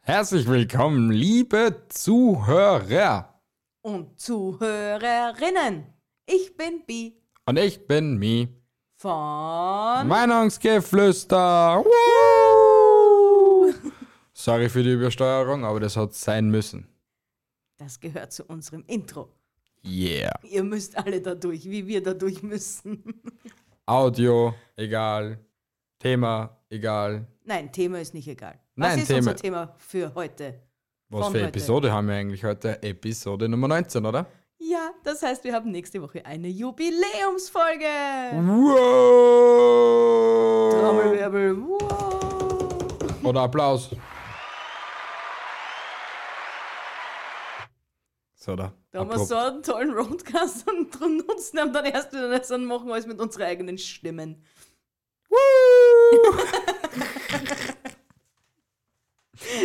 Herzlich willkommen, liebe Zuhörer. und Um Zuhörerinnen. Ich bin Bi Und ich bin Mi. von Meinungsgeflüster. Woo! Sorry für die Übersteuerung, aber das hat sein müssen. Das gehört zu unserem Intro. Yeah. Ihr müsst alle da durch, wie wir da durch müssen. Audio, egal. Thema, egal. Nein, Thema ist nicht egal. Nein, Was ist Thema- unser Thema für heute? Was Von für heute. Episode haben wir eigentlich heute? Episode Nummer 19, oder? Ja, das heißt, wir haben nächste Woche eine Jubiläumsfolge. Wow. Trommelwirbel. Wow. Oder Applaus. So, da. Da haben wir so einen tollen Roadcast und drum nutzen haben dann erst wieder das und machen wir es mit unseren eigenen Stimmen.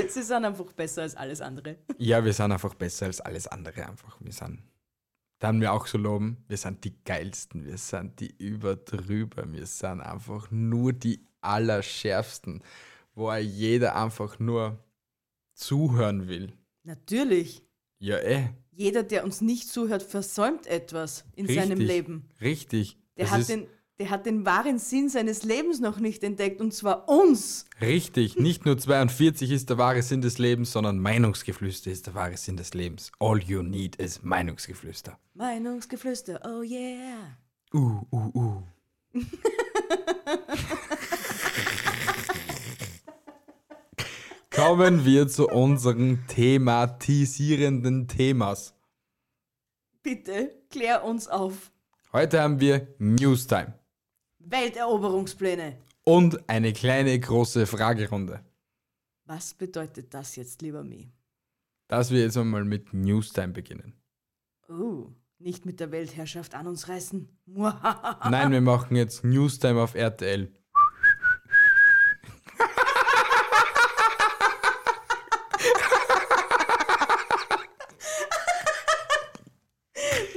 Sie sind einfach besser als alles andere. Ja, wir sind einfach besser als alles andere einfach. Wir sind, dann wir auch so loben, wir sind die geilsten, wir sind die überdrüber, wir sind einfach nur die allerschärfsten, wo auch jeder einfach nur zuhören will. Natürlich. Ja, eh, Jeder, der uns nicht zuhört, versäumt etwas in richtig. seinem Leben. Richtig. Der Das hat, ist den, der hat den wahren Sinn seines Lebens noch nicht entdeckt und zwar uns. richtig. Hm. Nicht nur 42 ist der wahre Sinn des Lebens, sondern Meinungsgeflüster ist der wahre Sinn des Lebens. All you need is Meinungsgeflüster. Meinungsgeflüster, oh yeah. Uh, uh, uh. Kommen wir zu unserem thematisierenden Themas. Bitte klär uns auf. Heute haben wir Newstime Welteroberungspläne. und eine kleine große Fragerunde. Was bedeutet das jetzt, lieber Mi? Dass wir jetzt einmal mit Newstime beginnen. Oh, nicht mit der Weltherrschaft an uns reißen. Nein, wir machen jetzt Newstime auf RTL.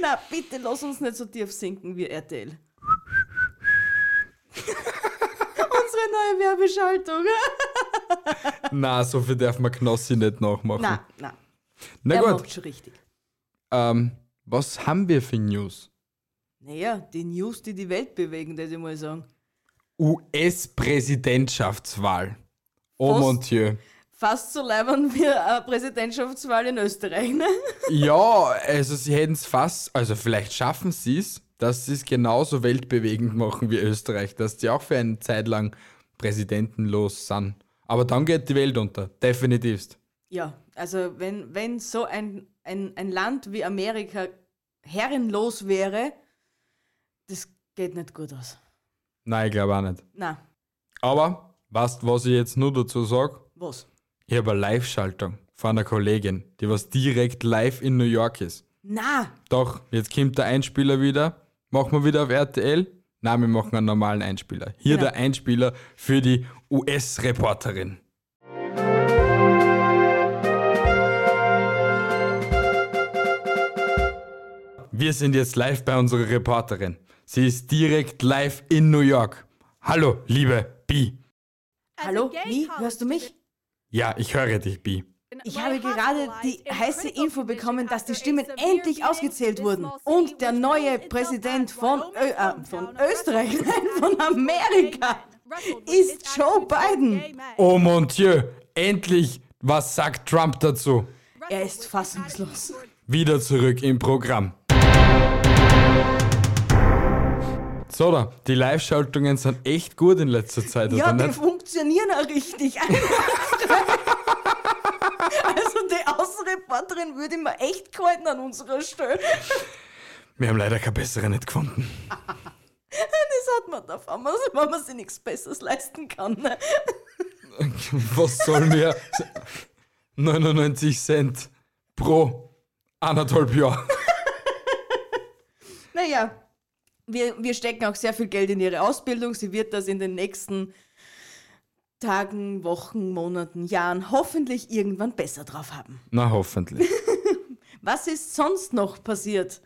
Na, bitte lass uns nicht so tief sinken wie RTL. Unsere neue Werbeschaltung. Na, so viel darf man Knossi nicht nachmachen. Na, na, Na er gut, macht schon richtig. ähm, was haben wir für News? Naja, die News, die die Welt bewegen, das ich mal sagen. US-Präsidentschaftswahl. Oh Was? mon Dieu. Fast so leibern wir eine Präsidentschaftswahl in Österreich, ne? Ja, also sie hätten es fast, also vielleicht schaffen sie es, dass sie es genauso weltbewegend machen wie Österreich, dass die auch für eine Zeit lang präsidentenlos sind. Aber dann geht die Welt unter, definitivst. Ja, also wenn, wenn so ein, ein, ein Land wie Amerika herrenlos wäre, das geht nicht gut aus. Nein, ich glaube auch nicht. Na, Aber, weißt was ich jetzt nur dazu sage? was? Ich habe eine Live-Schaltung von einer Kollegin, die was direkt live in New York ist. Na, Doch, jetzt kommt der Einspieler wieder. Machen wir wieder auf RTL? Nein, wir machen einen normalen Einspieler. Hier Genau. der Einspieler für die US-Reporterin. Wir sind jetzt live bei unserer Reporterin. Sie ist direkt live in New York. Hallo, liebe Bi. hallo, wie? Hörst du mich? Ja, ich höre dich, Bi. Ich habe gerade die heiße Info bekommen, dass die Stimmen endlich ausgezählt wurden und der neue Präsident von, Ö äh, von Österreich, nein, von Amerika, ist Joe Biden. Oh mon Dieu, endlich, was sagt Trump dazu? Er ist fassungslos. Wieder zurück im Programm. So, da, die Live-Schaltungen sind echt gut in letzter Zeit, Ja, oder die nicht? funktionieren auch richtig. Also die Außenreporterin würde ich mir echt gehalten an unserer Stelle. Wir haben leider keine bessere nicht gefunden. Das hat man davon, wenn man sich nichts Besseres leisten kann. ne? Was soll mir 99 Cent pro anderthalb Jahr? Naja, wir, wir stecken auch sehr viel Geld in ihre Ausbildung. Sie wird das in den nächsten Tagen, Wochen, Monaten, Jahren hoffentlich irgendwann besser drauf haben. Na, hoffentlich. Was ist sonst noch passiert?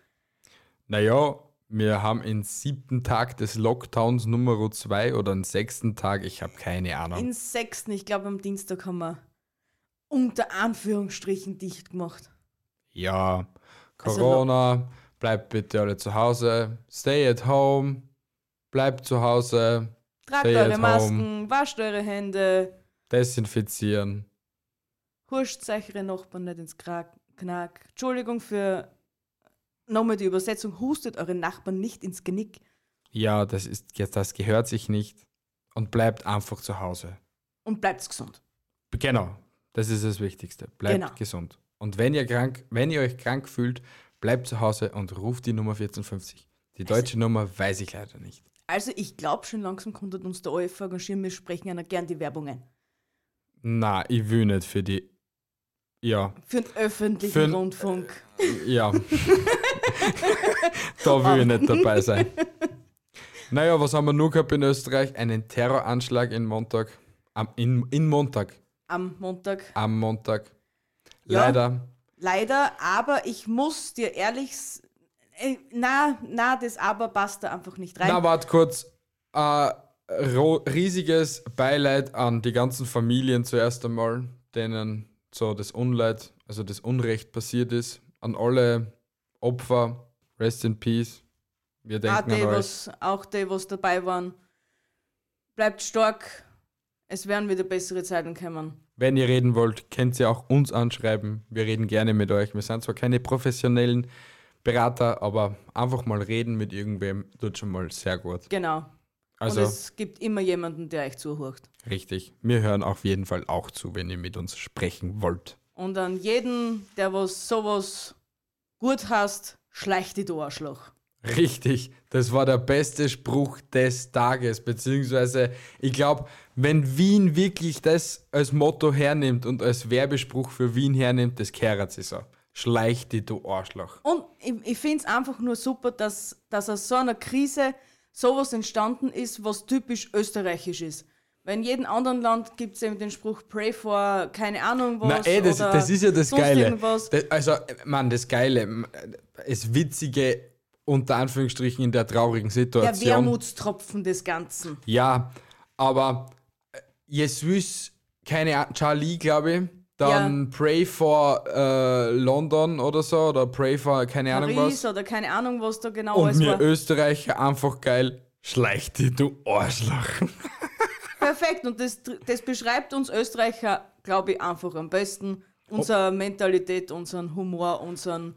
Naja, wir haben den siebten Tag des Lockdowns Nummer 2 oder den sechsten Tag, ich habe keine Ahnung. In sechsten, ich glaube am Dienstag haben wir unter Anführungsstrichen dicht gemacht. Ja, Corona, bleibt bitte alle zu Hause, stay at home, bleibt zu Hause, Tragt Stay eure at Masken, home. wascht eure Hände, desinfizieren. huscht eure Nachbarn nicht ins Krak- Knack. Entschuldigung für äh, nochmal die Übersetzung, hustet eure Nachbarn nicht ins Genick. Ja, das ist jetzt, das gehört sich nicht. Und bleibt einfach zu Hause. und bleibt gesund. Genau, das ist das Wichtigste. Bleibt Genau. gesund. Und wenn ihr krank, wenn ihr euch krank fühlt, bleibt zu Hause und ruft die Nummer 1450. Die deutsche Nummer weiß ich leider nicht. Also ich glaube schon langsam kommt uns der OF engagieren, wir sprechen einer gern die Werbung ein. Na, ich will nicht für die. Ja, Für den öffentlichen Für den- äh, Rundfunk. ja. da will ich nicht dabei sein. Naja, was haben wir nur gehabt in Österreich? Einen Terroranschlag in Montag. Am, in, in Montag. Am Montag. Am Montag. Ja. Leider. Leider, aber ich muss dir ehrlich... s- äh, Na, na, das aber passt da einfach nicht rein. Na, warte kurz. Äh, ro- riesiges Beileid an die ganzen Familien zuerst einmal, denen so das Unleid, also das Unrecht passiert ist. An alle Opfer, rest in peace. Wir auch, denken Ah, die, an euch. was, auch die, was dabei waren. Bleibt stark. Es werden wieder bessere Zeiten kommen. Wenn ihr reden wollt, könnt ihr auch uns anschreiben. Wir reden gerne mit euch. Wir sind zwar keine professionellen Berater, aber einfach mal reden mit irgendwem tut schon mal sehr gut. Genau. Also Und es gibt immer jemanden, der euch zuhört. richtig. Wir hören auf jeden Fall auch zu, wenn ihr mit uns sprechen wollt. Und an jeden, der was sowas gut hast, schleicht die du Arschloch. Richtig, das war der beste Spruch des Tages, beziehungsweise ich glaube, wenn Wien wirklich das als Motto hernimmt und als Werbespruch für Wien hernimmt, das kehrt sich so. Schleich dich, du Arschloch. Und ich, ich finde es einfach nur super, dass, dass aus so einer Krise sowas entstanden ist, was typisch österreichisch ist. Weil in jedem anderen Land gibt es eben den Spruch Pray for keine Ahnung was. Na ey, das, oder das ist ja das sonst Geile. Irgendwas. Das, also, Mann, das Geile, das Witzige unter Anführungsstrichen in der traurigen Der Situation. Wermutstropfen des Ganzen. Ja, aber äh, Jesus, keine Ahnung, Charlie, glaube ich. Dann Pray for äh, London oder so, oder Pray for keine Ahnung Paris was. oder keine Ahnung, was da genau Und alles mir war. Österreicher einfach geil. Schleich dich, du Arschloch. Perfekt, und das, das beschreibt uns Österreicher, glaube ich, einfach am besten. Unsere Mentalität, unseren Humor, unseren,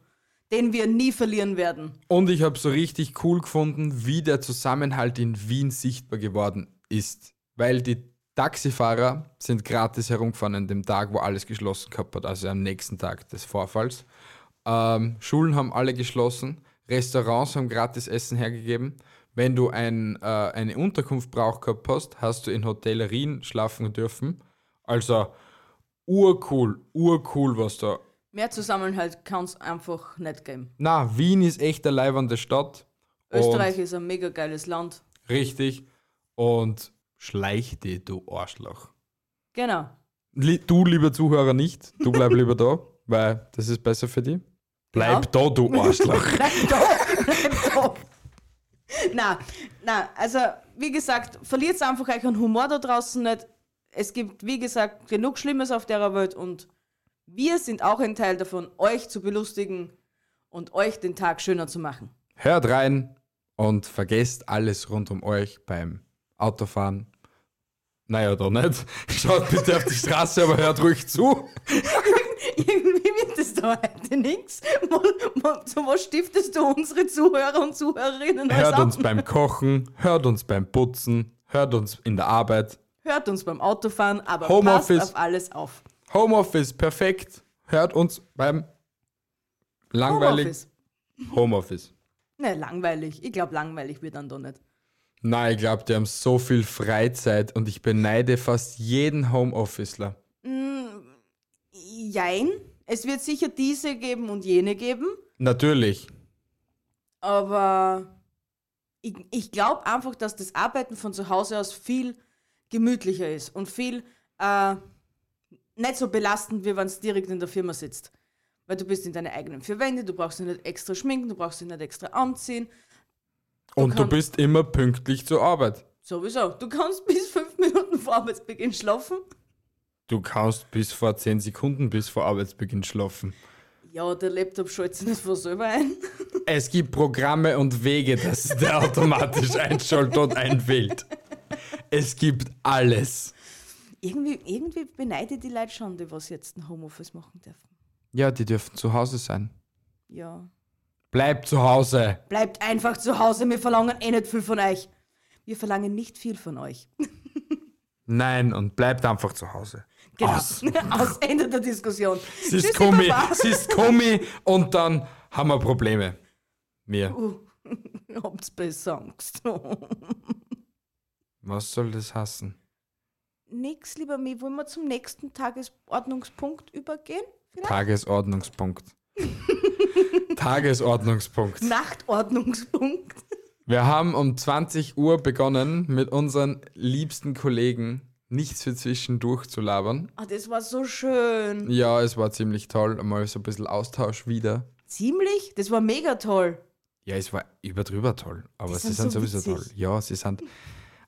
den wir nie verlieren werden. Und ich habe so richtig cool gefunden, wie der Zusammenhalt in Wien sichtbar geworden ist. Weil die Taxifahrer sind gratis herumgefahren an dem Tag, wo alles geschlossen gehabt hat, also am nächsten Tag des Vorfalls. Ähm, Schulen haben alle geschlossen, Restaurants haben gratis Essen hergegeben. Wenn du ein, äh, eine Unterkunft braucht gehabt hast, hast du in Hotellerien schlafen dürfen. Also urcool, urcool, was da Mehr Zusammenhalt kann es einfach nicht geben. na, Wien ist echt eine leibende Stadt. Österreich ist ein mega geiles Land. Und, richtig. Und schleich dich, du Arschloch. Genau. Li du, lieber Zuhörer, nicht. Du bleib lieber da, weil das ist besser für dich. Bleib da, du Arschloch. Na, na, also wie gesagt, verliert einfach euren Humor da draußen nicht. Es gibt, wie gesagt, genug Schlimmes auf der Welt und wir sind auch ein Teil davon, euch zu belustigen und euch den Tag schöner zu machen. Hört rein und vergesst alles rund um euch beim Autofahren. Naja, doch nicht. Schaut bitte auf die Straße, aber hört ruhig zu. Irgendwie wird es da heute nichts. Zu was stiftest du unsere Zuhörer und Zuhörerinnen alles Hört an? uns beim Kochen, hört uns beim Putzen, hört uns in der Arbeit. Hört uns beim Autofahren, aber Homeoffice. passt auf alles auf. Homeoffice, perfekt. Hört uns beim langweiligen Homeoffice. Homeoffice. Ne, langweilig. Ich glaube, langweilig wird dann doch nicht. Nein, ich glaube, die haben so viel Freizeit und ich beneide fast jeden Homeofficer. Jein. Es wird sicher diese geben und jene geben, Natürlich. aber ich, ich glaube einfach, dass das Arbeiten von zu Hause aus viel gemütlicher ist und viel äh, nicht so belastend, wie wenn es direkt in der Firma sitzt. Weil du bist in deine eigenen vier Wände, du brauchst dich nicht extra schminken, du brauchst dich nicht extra anziehen. Und du kann- bist immer pünktlich zur Arbeit. Sowieso. Du kannst bis fünf Minuten vor Arbeitsbeginn schlafen. Du kannst bis vor 10 Sekunden bis vor Arbeitsbeginn schlafen. Ja, der Laptop schaltet sich nicht von selber ein. Es gibt Programme und Wege, dass der automatisch einschaltet und einwählt. Es gibt alles. Irgendwie, irgendwie beneide ich die Leute schon, die was jetzt ein Homeoffice machen dürfen. Ja, die dürfen zu Hause sein. Ja. Bleibt zu Hause. Bleibt einfach zu Hause, wir verlangen eh nicht viel von euch. Wir verlangen nicht viel von euch. Nein, und bleibt einfach zu Hause. Genau. Aus. Aus, Ende der Diskussion. Es ist Tschüssi, Kommi, Baba. es ist Kommi und dann haben wir Probleme. Mehr. Uh, habt's besser Angst. Was soll das heißen? Nix, lieber Mi, wollen wir zum nächsten Tagesordnungspunkt übergehen? Vielleicht? Tagesordnungspunkt. Tagesordnungspunkt. Nachtordnungspunkt. Wir haben um 20 Uhr begonnen, mit unseren liebsten Kollegen nichts für zwischendurch zu labern. Ah, das war so schön. Ja, es war ziemlich toll. Mal so ein bisschen Austausch wieder. Ziemlich? Das war mega toll. Ja, es war überdrüber toll. Aber Die sie sind sind so sowieso toll. witzig. Ja, sie sind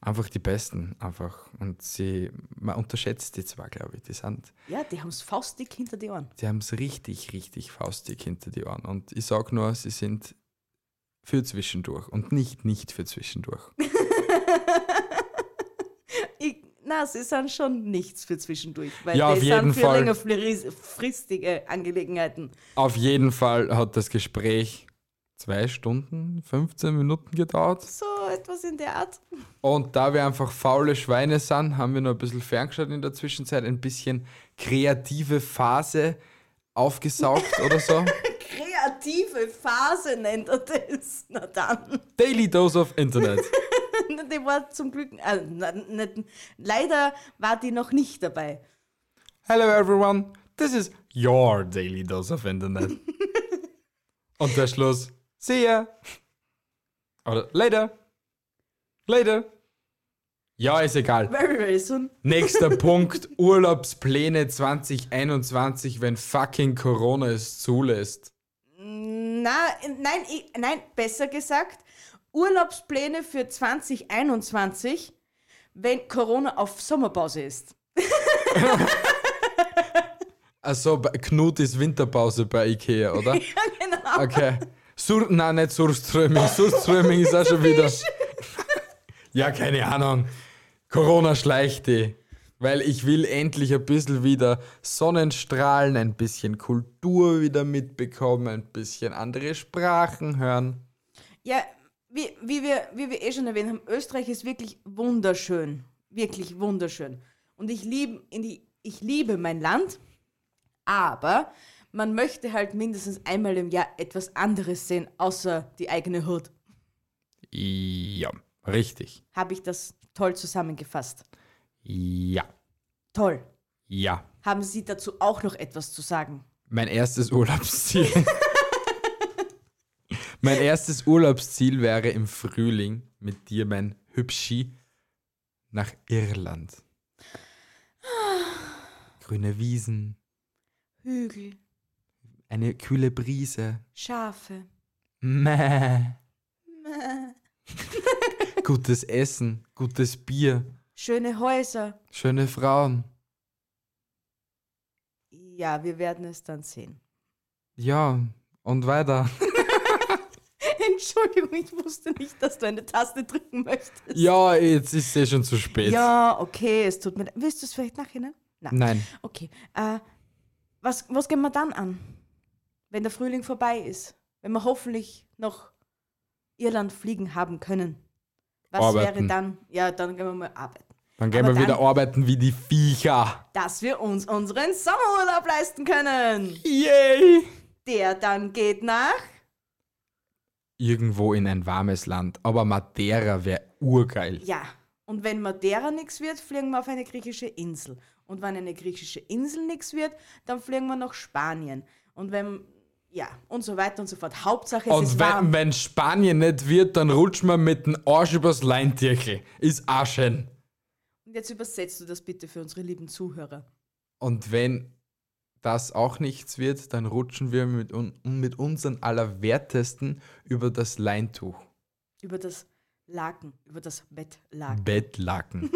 einfach die Besten. Einfach. Und sie, man unterschätzt die zwar, glaube ich. Die sind, Ja, die haben's faustdick hinter die Ohren. die haben es richtig, richtig faustig hinter die Ohren. Und ich sag nur, sie sind für zwischendurch und nicht nicht für zwischendurch. Ich, na, sie sind schon nichts für zwischendurch, weil Ja, die auf jeden sind für Fall. längerfristige Angelegenheiten. Auf jeden Fall hat das Gespräch zwei Stunden, 15 Minuten gedauert. So etwas in der Art. Und da wir einfach faule Schweine sind, haben wir noch ein bisschen ferngeschaut in der Zwischenzeit, ein bisschen kreative Phase aufgesaugt oder so. Kreative Phase nennt er das. Na dann. Daily Dose of Internet. Die war zum Glück. Äh, na, nicht, leider war die noch nicht dabei. Hello everyone, this is your Daily Dose of Internet. Und der Schluss. See ya. Oder later. Later. Ja, ist egal. Very, very soon. Nächster Punkt, Urlaubspläne 2021, wenn fucking Corona es zulässt. Na, nein, ich, nein, besser gesagt, Urlaubspläne für 2021, wenn Corona auf Sommerpause ist. Also Knut ist Winterpause bei Ikea, oder? Ja, genau. Okay. Sur Nein, nicht Surströming. Surströming ist auch schon wieder. Ja, keine Ahnung. Corona schleicht die. Weil ich will endlich ein bisschen wieder Sonnenstrahlen, ein bisschen Kultur wieder mitbekommen, ein bisschen andere Sprachen hören. Ja, wie, wie, wir, wie wir eh schon erwähnt haben, Österreich ist wirklich wunderschön. Wirklich wunderschön. Und ich, lieb, in die, ich liebe mein Land, aber man möchte halt mindestens einmal im Jahr etwas anderes sehen, außer die eigene Hut. Ja, richtig. Habe ich das toll zusammengefasst? Ja, Toll. ja. Haben Sie dazu auch noch etwas zu sagen? Mein erstes Urlaubsziel. mein erstes Urlaubsziel wäre im Frühling mit dir, mein Hübschi, nach Irland. Grüne Wiesen, Hügel, eine kühle Brise. Schafe. Mäh. Gutes Essen, gutes Bier, Schöne Häuser. schöne Frauen. Ja, wir werden es dann sehen. Ja, und weiter. Entschuldigung, ich wusste nicht, dass du eine Taste drücken möchtest. Ja, jetzt ist es schon zu spät. Ja, okay, es tut mir leid. Willst du es vielleicht nachher? Nein. Nein. Okay. Äh, was, was gehen wir dann an, wenn der Frühling vorbei ist? Wenn wir hoffentlich noch Irland fliegen haben können. Was Arbeiten. wäre dann? Ja, dann gehen wir mal arbeiten. Dann gehen Aber wir wieder dann- arbeiten wie die Viecher. Dass wir uns unseren Sommerurlaub leisten können. Yay! Der dann geht nach. Irgendwo in ein warmes Land. Aber Madeira wäre urgeil. Ja. Und wenn Madeira nichts wird, fliegen wir auf eine griechische Insel. Und wenn eine griechische Insel nichts wird, dann fliegen wir nach Spanien. Und wenn, ja, und so weiter und so fort. Hauptsache es Und ist wenn, warm. wenn Spanien nicht wird, dann rutscht man mit dem Arsch übers Leintierchen. Ist Aschen. Und jetzt übersetzt du das bitte für unsere lieben Zuhörer. Und wenn das auch nichts wird, dann rutschen wir mit, un mit unseren Allerwertesten über das Leintuch. Über das Laken, über das Bettlaken. Bettlaken.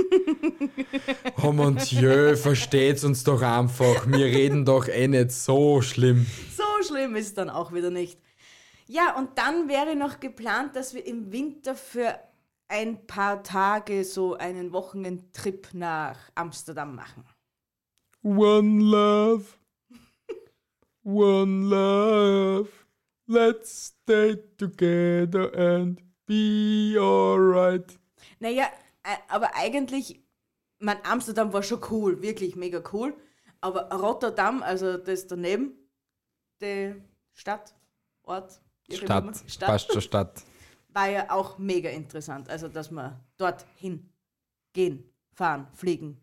oh mon Dieu, versteht's uns doch einfach. Wir reden doch eh nicht so schlimm. So schlimm ist es dann auch wieder nicht. Ja, und dann wäre noch geplant, dass wir im Winter für ein paar Tage so einen Wochenendtrip nach Amsterdam machen. One love. One love. Let's stay together and be alright. Naja, äh, aber eigentlich, mein Amsterdam war schon cool, wirklich mega cool. Aber Rotterdam, also das daneben, die Stadt, Ort, wie auch immer, Stadt, passt zur Stadt. war ja auch mega interessant. Also, dass wir dorthin gehen, fahren, fliegen,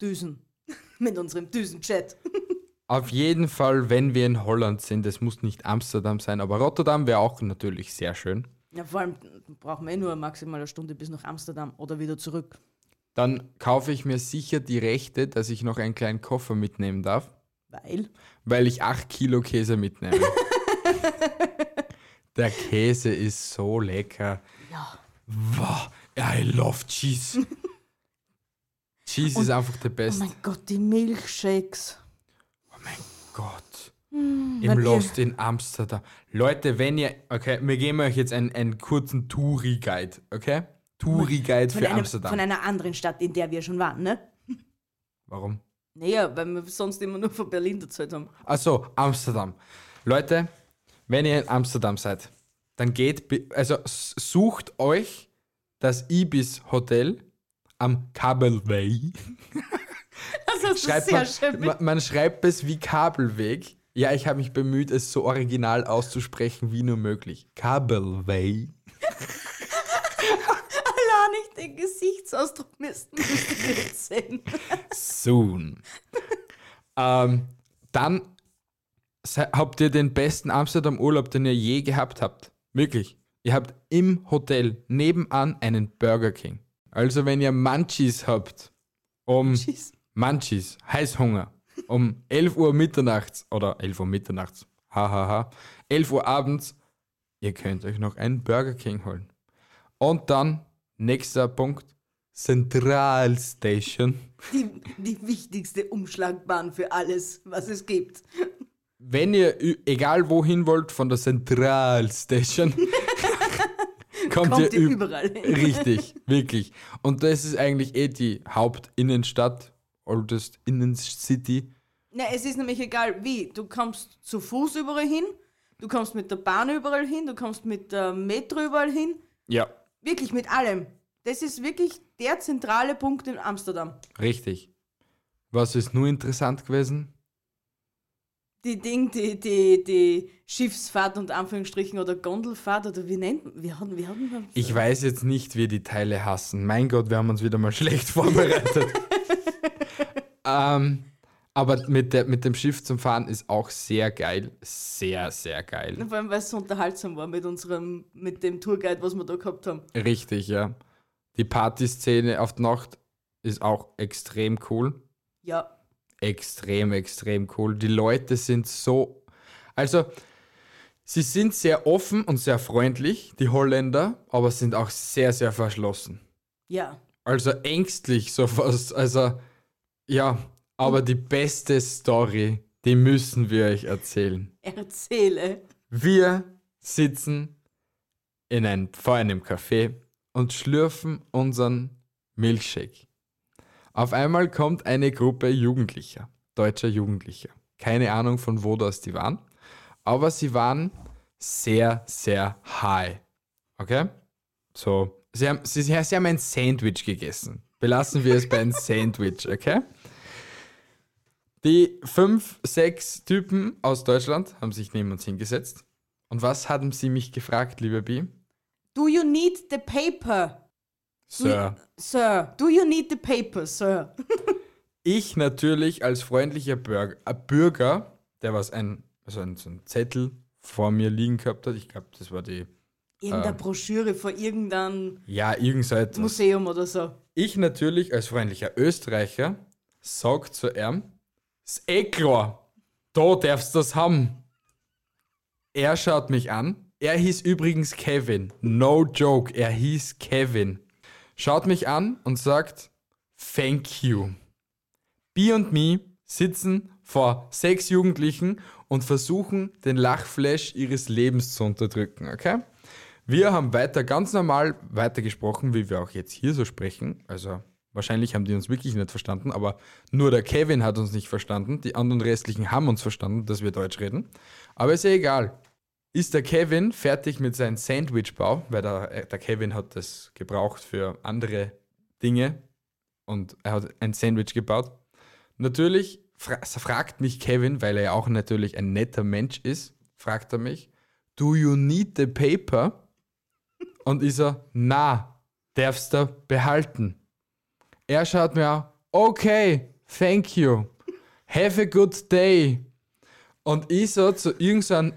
düsen mit unserem Düsenjet. Auf jeden Fall, wenn wir in Holland sind, es muss nicht Amsterdam sein, aber Rotterdam wäre auch natürlich sehr schön. Ja, vor allem brauchen wir eh nur maximal eine Stunde bis nach Amsterdam oder wieder zurück. Dann kaufe ich mir sicher die Rechte, dass ich noch einen kleinen Koffer mitnehmen darf, Weil? oh weil ich 8 Kilo Käse mitnehme. Der Käse ist so lecker. Ja. Wow, I love cheese. Cheese ist einfach der Oh Best. mein Gott, die Milchshakes. Oh mein Gott. wenn Im Lost in Amsterdam. Leute, wenn ihr. Okay, wir geben euch jetzt einen, einen kurzen Touri-Guide, okay? Touri-Guide Von, für einem, Amsterdam. von einer anderen Stadt, in der wir schon waren, ne? Warum? Naja, weil wir sonst immer nur von Berlin erzählt haben. Achso, Amsterdam. Leute, wenn ihr in Amsterdam seid, dann geht, bi- also s- sucht euch das Ibis Hotel am Kabelweg. Also, Das hast du Schreibt sehr man, schön man, man schreibt es wie Kabelweg. Ja, ich habe mich bemüht, es so original auszusprechen wie nur möglich. Kabelweg. Klar nicht den Gesichtsausdruck müssten wir jetzt sehen. Soon. ähm, dann se- habt ihr den besten Amsterdam-Urlaub, den ihr je gehabt habt. Wirklich. Ihr habt im Hotel nebenan einen Burger King. Also wenn ihr Munchies habt, um Tschüss. Munchies, Heißhunger, um 11 Uhr mitternachts oder 11 Uhr mitternachts, hahaha, 11 Uhr abends, ihr könnt euch noch einen Burger King holen. Und dann, nächster Punkt, Zentralstation. Die, die wichtigste Umschlagbahn für alles, was es gibt. wenn ihr ü- egal wohin wollt von der Zentralstation, kommt, Kommt ihr ihr üb- überall hin. Richtig, wirklich. Und das ist eigentlich eh die Hauptinnenstadt, oldest Innencity. Na, es ist nämlich egal wie. Du kommst zu Fuß überall hin, du kommst mit der Bahn überall hin, du kommst mit der Metro überall hin. Ja. Wirklich mit allem. Das ist wirklich der zentrale Punkt in Amsterdam. Richtig. Was ist nur interessant gewesen? Die Ding, die, die, die Schiffsfahrt und Anführungsstrichen oder Gondelfahrt oder wie nennt man, wir hatten, wir hatten Ich weiß jetzt nicht, wie die Teile hassen. Mein Gott, wir haben uns wieder mal schlecht vorbereitet. ähm, aber mit, der, mit dem Schiff zum Fahren ist auch sehr geil. Sehr, sehr geil. Vor allem, weil es so unterhaltsam war mit unserem, mit dem Tourguide, was wir da gehabt haben. Richtig, ja. Die Partyszene auf Nacht ist auch extrem cool. Ja, Extrem, extrem cool. Die Leute sind so. Also, sie sind sehr offen und sehr freundlich, die Holländer, aber sind auch sehr, sehr verschlossen. ja. Also ängstlich, so fast. Also, ja, aber die beste Story, die müssen wir euch erzählen. Erzähle. Wir sitzen in ein, vor einem Café und schlürfen unseren Milchshake. Auf einmal kommt eine Gruppe Jugendlicher, deutscher Jugendlicher. Keine Ahnung von wo das die waren, aber sie waren sehr, sehr high. Okay? So, sie haben, sie, sie sie haben ein Sandwich gegessen. Belassen wir es bei einem Sandwich, okay? Die fünf, sechs Typen aus Deutschland haben sich neben uns hingesetzt. Und was haben sie mich gefragt, liebe Bi? Do you need the paper? Do Sir. You, sir, do you need the paper, sir? Ich natürlich als freundlicher Bürger, äh, Bürger der was ein, also ein, so ein Zettel vor mir liegen gehabt hat. Ich glaube, das war die, Ah. Irgendeine Broschüre von irgendeinem ja, irgend so etwas. Museum oder so. Ich natürlich als freundlicher Österreicher sag zu ihm, ist eh klar, da darfst du das haben. Er schaut mich an, Er hieß übrigens Kevin. No joke, er hieß Kevin. Schaut mich an und sagt, thank you. B und me sitzen vor sechs Jugendlichen und versuchen, den Lachflash ihres Lebens zu unterdrücken, okay? Wir haben weiter ganz normal weitergesprochen, wie wir auch jetzt hier so sprechen. Also wahrscheinlich haben die uns wirklich nicht verstanden, aber nur der Kevin hat uns nicht verstanden. Die anderen restlichen haben uns verstanden, dass wir Deutsch reden. Aber ist ja egal. Ist der Kevin fertig mit seinem Sandwichbau, weil der, der Kevin hat das gebraucht für andere Dinge und er hat ein Sandwich gebaut. Natürlich fra fragt mich Kevin, weil er ja auch natürlich ein netter Mensch ist, fragt er mich, do you need the paper? Und ich so, na, darfst du behalten. Er schaut mir an, okay, thank you, have a good day. Und ich so zu irgendeinem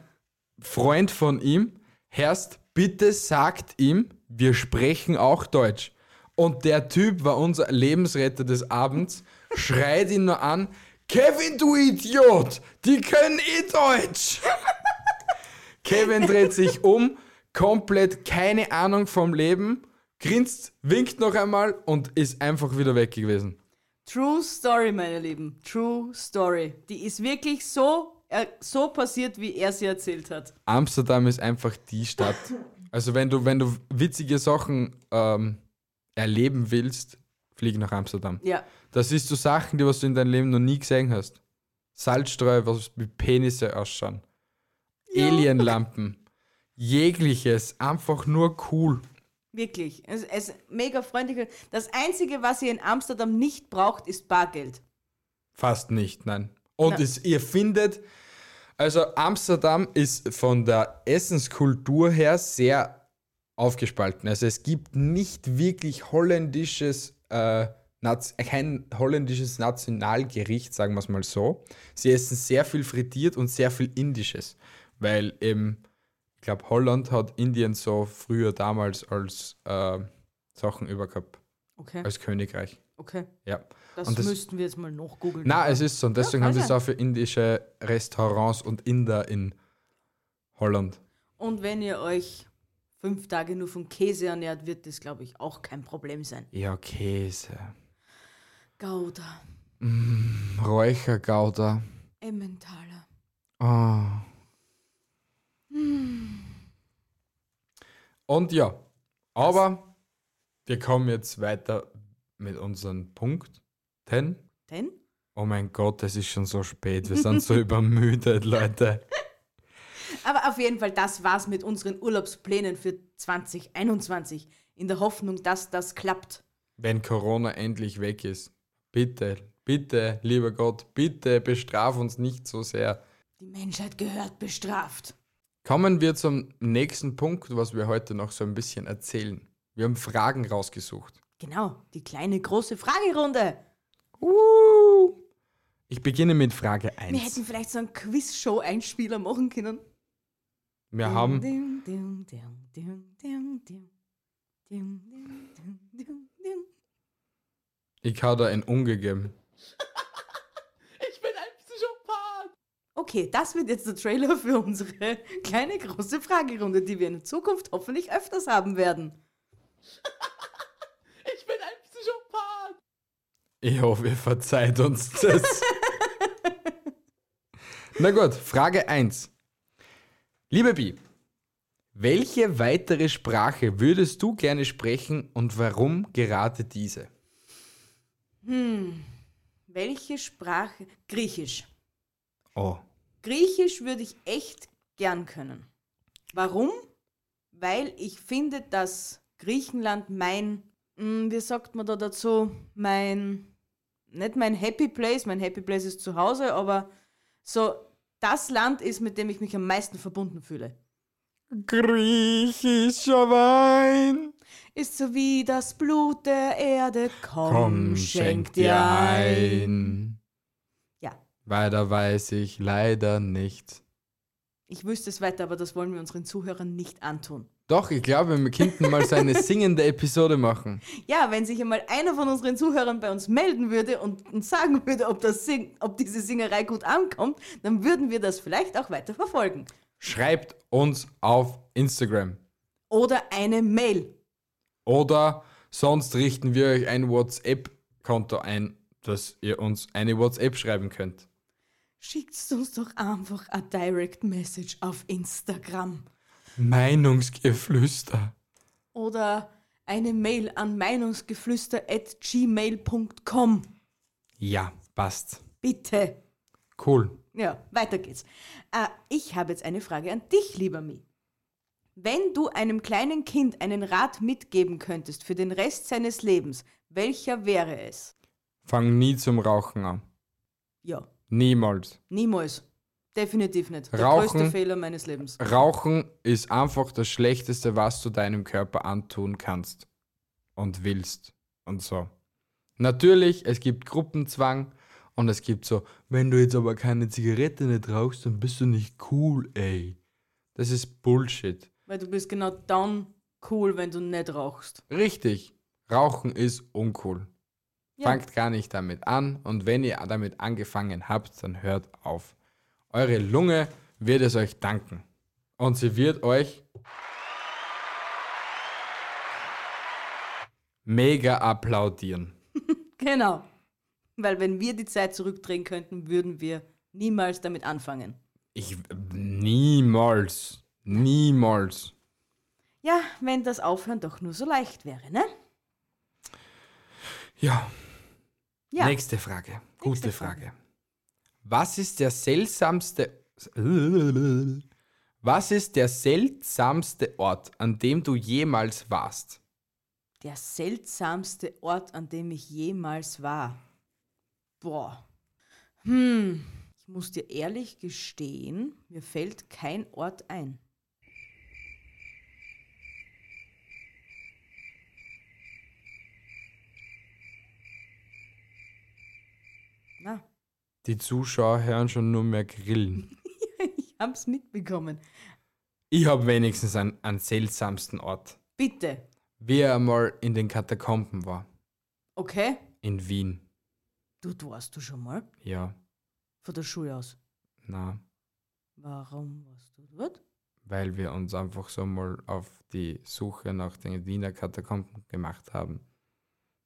Freund von ihm, Herst, bitte sagt ihm, wir sprechen auch Deutsch. Und der Typ war unser Lebensretter des Abends, schreit ihn nur an, Kevin, du Idiot, die können eh Deutsch. Kevin dreht sich um, komplett keine Ahnung vom Leben grinst, winkt noch einmal und ist einfach wieder weg gewesen. True Story, meine Lieben. True Story. Die ist wirklich so, äh, so passiert, wie er sie erzählt hat. Amsterdam ist einfach die Stadt. Also wenn du, wenn du witzige Sachen ähm, erleben willst, flieg nach Amsterdam. Ja. Das ist so Sachen, die was du in deinem Leben noch nie gesehen hast. Salzstreu, was wie Penisse ausschauen. Ja. Alienlampen. Jegliches. Einfach nur cool. Wirklich. Es ist mega freundlich. Das Einzige, was ihr in Amsterdam nicht braucht, ist Bargeld. Fast nicht, nein. Und nein. Es, ihr findet, also Amsterdam ist von der Essenskultur her sehr aufgespalten. Also es gibt nicht wirklich holländisches, äh, kein holländisches Nationalgericht, sagen wir es mal so. Sie essen sehr viel frittiert und sehr viel indisches, weil eben ich glaube, Holland hat Indien so früher damals als äh, Sachen übergehabt. Okay. Als Königreich. Okay. Ja. Das, das müssten wir jetzt mal noch googeln. Na, also- es ist so. Und deswegen ja, haben sie es auch für indische Restaurants und Inder in Holland. Und wenn ihr euch fünf Tage nur von Käse ernährt, wird das, glaube ich, auch kein Problem sein. Ja, Käse. Gouda. Mm, Räuchergouda. Emmentaler. Oh. Und ja, aber wir kommen jetzt weiter mit unseren Punkt. Ten? Ten? Oh mein Gott, es ist schon so spät. Wir sind so übermüdet, Leute. Aber auf jeden Fall, das war's mit unseren Urlaubsplänen für 2021. In der Hoffnung, dass das klappt. Wenn Corona endlich weg ist. Bitte, bitte, lieber Gott, bitte bestraf uns nicht so sehr. Die Menschheit gehört bestraft. Kommen wir zum nächsten Punkt, was wir heute noch so ein bisschen erzählen. Wir haben Fragen rausgesucht. Genau, die kleine große Fragerunde. Uh, ich beginne mit Frage 1. Wir hätten vielleicht so einen Quiz-Show-Einspieler machen können. Wir haben. Ich habe da ein Ungegeben. Okay, das wird jetzt der Trailer für unsere kleine große Fragerunde, die wir in Zukunft hoffentlich öfters haben werden. ich bin ein Psychopath. Ich hoffe, ihr verzeiht uns das. Na gut, Frage 1. Liebe Bi, welche weitere Sprache würdest du gerne sprechen und warum gerade diese? Hm, welche Sprache? Griechisch. Oh. Griechisch würde ich echt gern können. Warum? Weil ich finde, dass Griechenland mein, hm, wie sagt man da dazu, mein, nicht mein Happy Place, mein Happy Place ist zu Hause, aber so das Land ist, mit dem ich mich am meisten verbunden fühle. Griechischer Wein ist so wie das Blut der Erde. Komm, Komm schenk dir ein. Weiter weiß ich leider nicht. Ich wüsste es weiter, aber das wollen wir unseren Zuhörern nicht antun. Doch, ich glaube, wir könnten mal so eine singende Episode machen. Ja, wenn sich einmal einer von unseren Zuhörern bei uns melden würde und uns sagen würde, ob, das Sing ob diese Singerei gut ankommt, dann würden wir das vielleicht auch weiter verfolgen. Schreibt uns auf Instagram. Oder eine Mail. Oder sonst richten wir euch ein WhatsApp-Konto ein, dass ihr uns eine WhatsApp schreiben könnt. Schickt uns doch einfach eine Direct Message auf Instagram. Meinungsgeflüster. Oder eine Mail an meinungsgeflüster.gmail.com. Ja, passt. Bitte. Cool. Ja, weiter geht's. Äh, ich habe jetzt eine Frage an dich, lieber Mi. Wenn du einem kleinen Kind einen Rat mitgeben könntest für den Rest seines Lebens, welcher wäre es? Fang nie zum Rauchen an. Ja, Niemals. niemals. Definitiv nicht. Der Rauchen- größte Fehler meines Lebens. Rauchen ist einfach das Schlechteste, was du deinem Körper antun kannst und willst und so. Natürlich, es gibt Gruppenzwang und es gibt so, wenn du jetzt aber keine Zigarette nicht rauchst, dann bist du nicht cool, ey. Das ist Bullshit. Weil du bist genau dann cool, wenn du nicht rauchst. Richtig, Rauchen ist uncool. Ja. Fangt gar nicht damit an und wenn ihr damit angefangen habt, dann hört auf. Eure Lunge wird es euch danken und sie wird euch mega applaudieren. Genau. Weil wenn wir die Zeit zurückdrehen könnten, würden wir niemals damit anfangen. Ich niemals, niemals. Ja, wenn das Aufhören doch nur so leicht wäre, ne? Ja, Ja. nächste Frage. Gute Nächste Frage. Frage. Was ist der seltsamste Was ist der seltsamste Ort, an dem du jemals warst? Der seltsamste Ort, an dem ich jemals war. Boah. Hm. Ich muss dir ehrlich gestehen, mir fällt kein Ort ein. Na, Die Zuschauer hören schon nur mehr Grillen. ich hab's mitbekommen. Ich habe wenigstens einen, einen seltsamsten Ort. Bitte. Wie er einmal in den Katakomben war. Okay? In Wien. Du, du warst du schon mal Ja, von der Schule aus. na, Warum warst du dort? weil wir uns einfach so mal auf die Suche nach den Wiener Katakomben gemacht haben.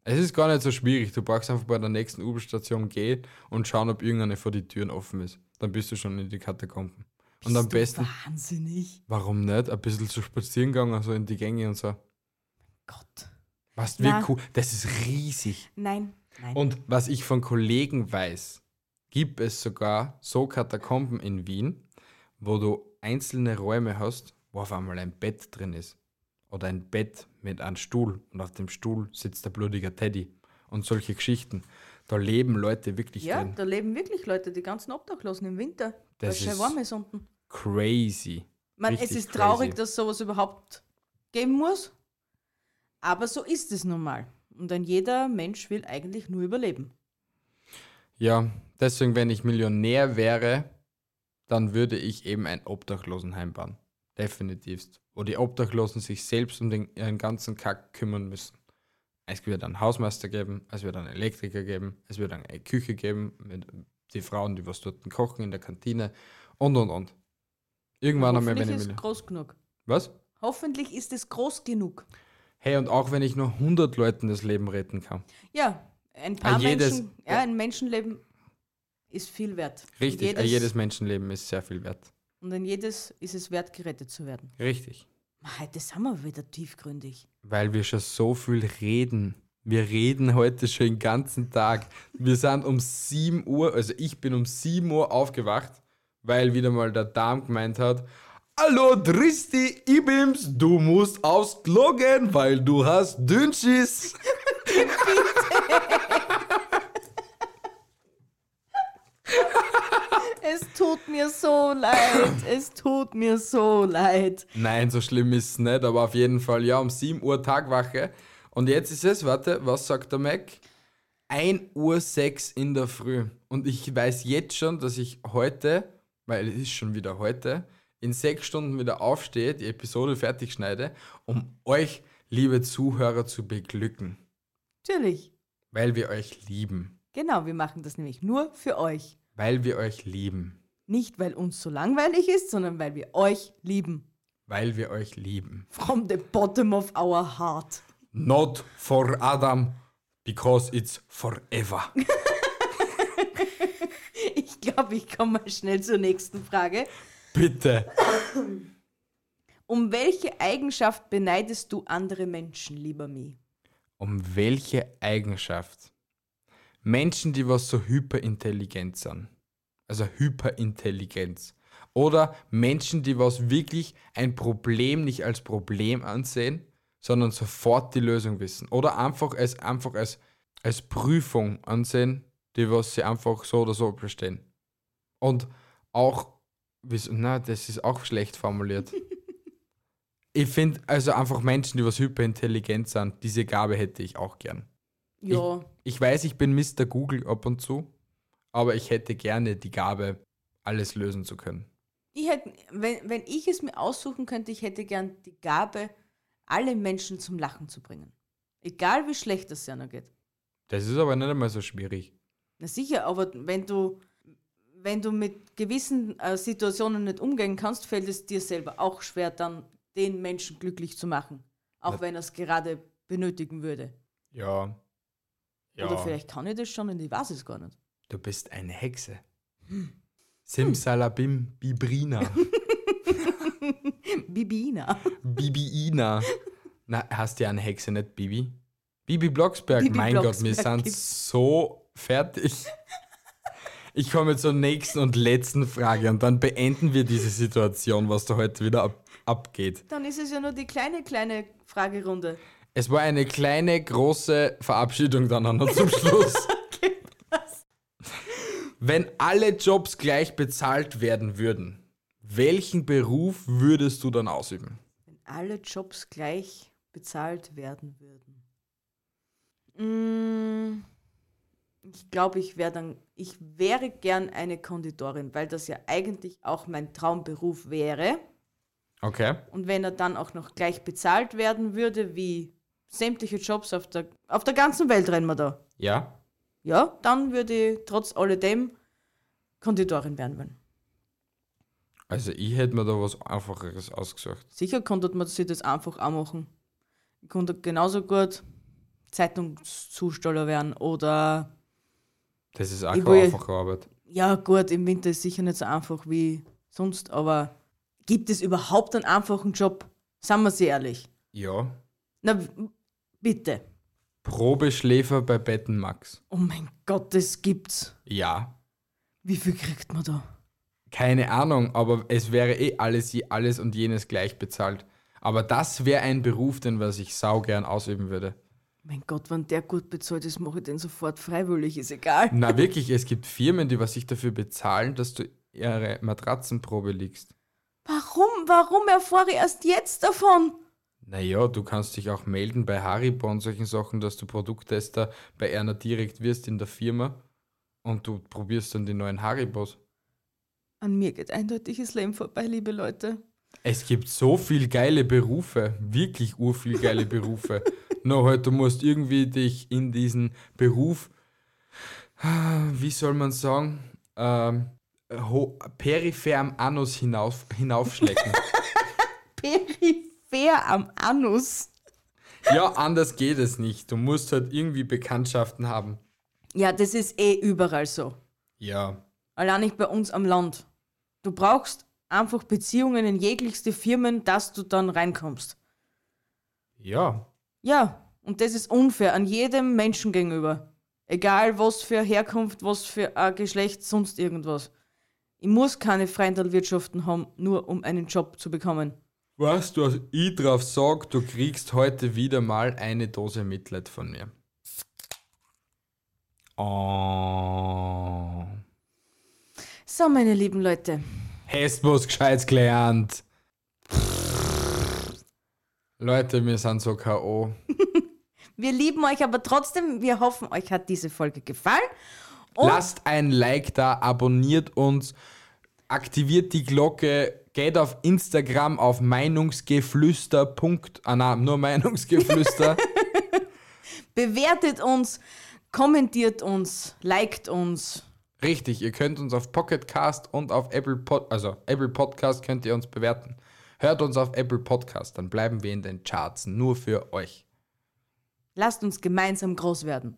Es ist gar nicht so schwierig. Du brauchst einfach bei der nächsten U-Bahn-Station gehen und schauen, ob irgendeine vor die Türen offen ist. Dann bist du schon in die Katakomben. und am Bist du besten, Wahnsinnig. warum nicht? Ein bisschen zu spazieren gegangen, also in die Gänge und so. Gott. Was Na. wie cool. Das ist riesig. Nein, nein. Und was ich von Kollegen weiß, gibt es sogar so Katakomben in Wien, wo du einzelne Räume hast, wo auf einmal ein Bett drin ist. Oder ein Bett mit einem Stuhl und auf dem Stuhl sitzt der blutiger Teddy und solche Geschichten. Da leben Leute wirklich ja, drin. da leben wirklich Leute, die ganzen Obdachlosen im Winter, weil Das es schön ist- warm ist unten. Crazy. Ich meine, es richtig ist traurig, crazy. dass sowas überhaupt geben muss, aber so ist es nun mal. Und ein jeder Mensch will eigentlich nur überleben. Ja, deswegen, wenn ich Millionär wäre, dann würde ich eben ein Obdachlosenheim bauen. Definitivst. Wo die Obdachlosen sich selbst um den, ihren ganzen Kack kümmern müssen. Es wird einen Hausmeister geben, es wird einen Elektriker geben, es wird eine Küche geben, mit die Frauen, die was dort kochen in der Kantine und und und. Irgendwann einmal, wenn ich Hoffentlich ist es Millionär. groß genug. Was? Hoffentlich ist es groß genug. Hey, und auch wenn ich nur 100 Leuten das Leben retten kann. Ja, ein paar jedes- Menschen, ja, ein Menschenleben ist viel wert. Richtig, Und jedes, jedes, jedes Menschenleben ist sehr viel wert. und ein jedes ist es wert, gerettet zu werden. Richtig. Ma, Heute sind wir wieder tiefgründig. Weil wir schon so viel reden. Wir reden heute schon den ganzen Tag. Wir sind um 7 Uhr, also ich bin um 7 Uhr aufgewacht, weil wieder mal der Darm gemeint hat, Hallo Dristi Ibims, du musst aufs Klo gehen, weil du hast Dünnschiss. Es tut mir so leid. Es tut mir so leid. Nein, so schlimm ist es nicht, aber auf jeden Fall, ja, um 7 Uhr Tagwache. Und jetzt ist es, warte, was sagt der Mac? 1 Uhr 6 in der Früh. Und ich weiß jetzt schon, dass ich heute, weil es ist schon wieder heute, in sechs Stunden wieder aufstehe, die Episode fertig schneide, um euch, liebe Zuhörer, zu beglücken. Natürlich. Weil wir euch lieben. Genau, wir machen das nämlich nur für euch. Weil wir euch lieben. Nicht, weil uns so langweilig ist, sondern weil wir euch lieben. Weil wir euch lieben. From the bottom of our heart. Not for Adam, because it's forever. Ich glaube, ich komme mal schnell zur nächsten Frage. Bitte. Um welche Eigenschaft beneidest du andere Menschen, lieber Mi? Um welche Eigenschaft? Menschen, die was so hyperintelligent sind. Also Hyperintelligenz. Oder Menschen, die was wirklich ein Problem nicht als Problem ansehen, sondern sofort die Lösung wissen. Oder einfach es einfach als, als Prüfung ansehen, die was sie einfach so oder so bestehen. Und auch, wieso- na, das ist auch schlecht formuliert. ich finde also einfach Menschen, die was hyperintelligent sind, diese Gabe hätte ich auch gern. Ja, Ich weiß, ich bin Mr. Google ab und zu, aber ich hätte gerne die Gabe, alles lösen zu können. ich hätte, wenn, wenn ich es mir aussuchen könnte, ich hätte gern die Gabe, alle Menschen zum Lachen zu bringen. Egal wie schlecht es ja noch geht. Das ist aber nicht einmal so schwierig. Na sicher, aber wenn du, wenn du mit gewissen äh, Situationen nicht umgehen kannst, fällt es dir selber auch schwer, dann den Menschen glücklich zu machen. Auch Na- wenn er es gerade benötigen würde. Ja. Oder vielleicht kann ich das schon und ich weiß es gar nicht. Du bist eine Hexe. Hm. Simsalabim, Bibrina, Bibina. Bibiina. Na, hast ja eine Hexe, nicht Bibi? Bibi Blocksberg, Bibi mein Gott, wir Blocksberg sind gibt's. so fertig. Ich komme zur nächsten und letzten Frage und dann beenden wir diese Situation, was da heute wieder ab abgeht. Dann ist es ja nur die kleine, kleine Fragerunde. Es war eine kleine, große Verabschiedung dann auch noch zum Schluss. Wenn alle Jobs gleich bezahlt werden würden, welchen Beruf würdest du dann ausüben? Wenn alle Jobs gleich bezahlt werden würden. Mm, Ich glaube, ich wäre dann, ich wäre gern eine Konditorin, weil das ja eigentlich auch mein Traumberuf wäre. Okay. Und wenn er dann auch noch gleich bezahlt werden würde, wie sämtliche Jobs auf der, auf der ganzen Welt rennen wir da. Ja. Ja, dann würde ich trotz alledem Konditorin werden wollen. Also ich hätte mir da was Einfacheres ausgesucht. Sicher konnte man sich das einfach auch machen. Ich konnte genauso gut Zeitungszusteller werden oder Das ist auch Ich keine will- einfache Arbeit. ja gut, im Winter ist sicher nicht so einfach wie sonst, aber gibt es überhaupt einen einfachen Job? Seien wir sie ehrlich. Ja. Na w- bitte. Probeschläfer bei Betten Max. Oh mein Gott, das gibt's. Ja. Wie viel kriegt man da? Oh Keine Ahnung, aber es wäre eh alles, je- alles und jenes gleich bezahlt. Aber das wäre ein Beruf, den was ich saugern ausüben würde. Mein Gott, wenn der gut bezahlt ist, mache ich den sofort freiwillig, ist egal. Na wirklich, es gibt Firmen, die was sich dafür bezahlen, dass du ihre Matratzenprobe liegst. Warum? Warum erfahre ich erst jetzt davon? Naja, du kannst dich auch melden bei Haribo und solchen Sachen, dass du Produkttester bei einer direkt wirst in der Firma und du probierst dann die neuen Haribos. An mir geht eindeutig das Leben vorbei, liebe Leute. Es gibt so viel geile Berufe, wirklich urviel geile Berufe. Nur halt, du musst irgendwie dich in diesen Beruf, wie soll man sagen, ähm, ho- peripher am Anus hinauf, hinaufschlecken. peripher am Anus. Ja, anders geht es nicht. Du musst halt irgendwie Bekanntschaften haben. Ja, das ist eh überall so. Ja. Allein nicht bei uns am Land. Du brauchst einfach Beziehungen in jeglichste Firmen, dass du dann reinkommst. Ja. Ja, und das ist unfair an jedem Menschen gegenüber. Egal was für Herkunft, was für ein Geschlecht, sonst irgendwas. Ich muss keine Freundelwirtschaften haben, nur um einen Job zu bekommen. Weißt du, was ich drauf sag, du kriegst heute wieder mal eine Dose Mitleid von mir. Oh. So, meine lieben Leute, Hast was Gescheites gelernt. Leute, wir sind so K.O. wir lieben euch aber trotzdem. Wir hoffen, euch hat diese Folge gefallen. Und- Lasst ein Like da, abonniert uns, aktiviert die Glocke, geht auf Instagram auf Meinungsgeflüster. Punkt, ah, nein, nur Meinungsgeflüster. bewertet uns, kommentiert uns, liked uns. Richtig, ihr könnt uns auf Pocketcast und auf Apple Pod, also Apple Podcast könnt ihr uns bewerten. Hört uns auf Apple Podcast, dann bleiben wir in den Charts nur für euch. Lasst uns gemeinsam groß werden.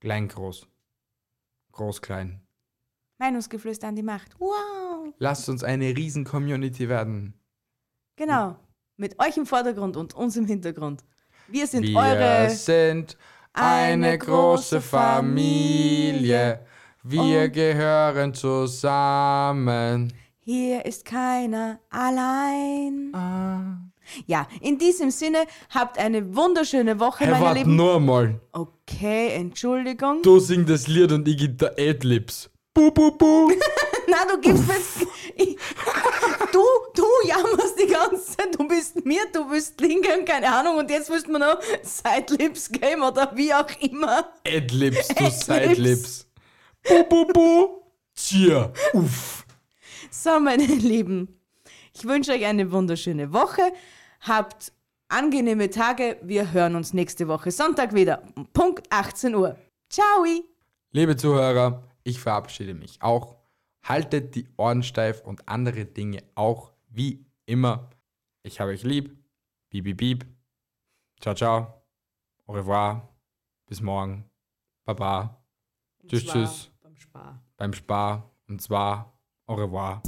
Klein groß. Groß klein. Meinungsgeflüster an die Macht. Wow. Lasst uns eine riesen Community werden. Genau. Mit euch im Vordergrund und uns im Hintergrund. Wir sind wir eure. sind eine Eine große große Familie. Wir Und- gehören zusammen. Hier ist keiner allein. Ah. Ja, in diesem Sinne, habt eine wunderschöne Woche, Hey, meine warte Lieben. nur mal. Okay, Entschuldigung. Du singst das Lied und ich gebe dir Adlibs. Bu, bu, bu. Na, du gibst mir. Ich- Du, du jammerst die ganze Zeit. Du bist mir, du bist Linken, keine Ahnung. Und jetzt willst du mir noch Sidelips geben oder wie auch immer. Adlibs, du Adlibs. Sidelips. Bu, bu, bu. Tja, uff. So, meine Lieben, ich wünsche euch eine wunderschöne Woche. Habt angenehme Tage. Wir hören uns nächste Woche Sonntag wieder. um Punkt 18 Uhr. Ciao! Liebe Zuhörer, ich verabschiede mich auch. Haltet die Ohren steif und andere Dinge auch, wie immer. Ich habe euch lieb. Bip, bip, bip. Ciao, ciao. Au revoir. Bis morgen. Baba. Und Tschüss, zwar tschüss. Beim Spar. Beim Spar. Und zwar au revoir.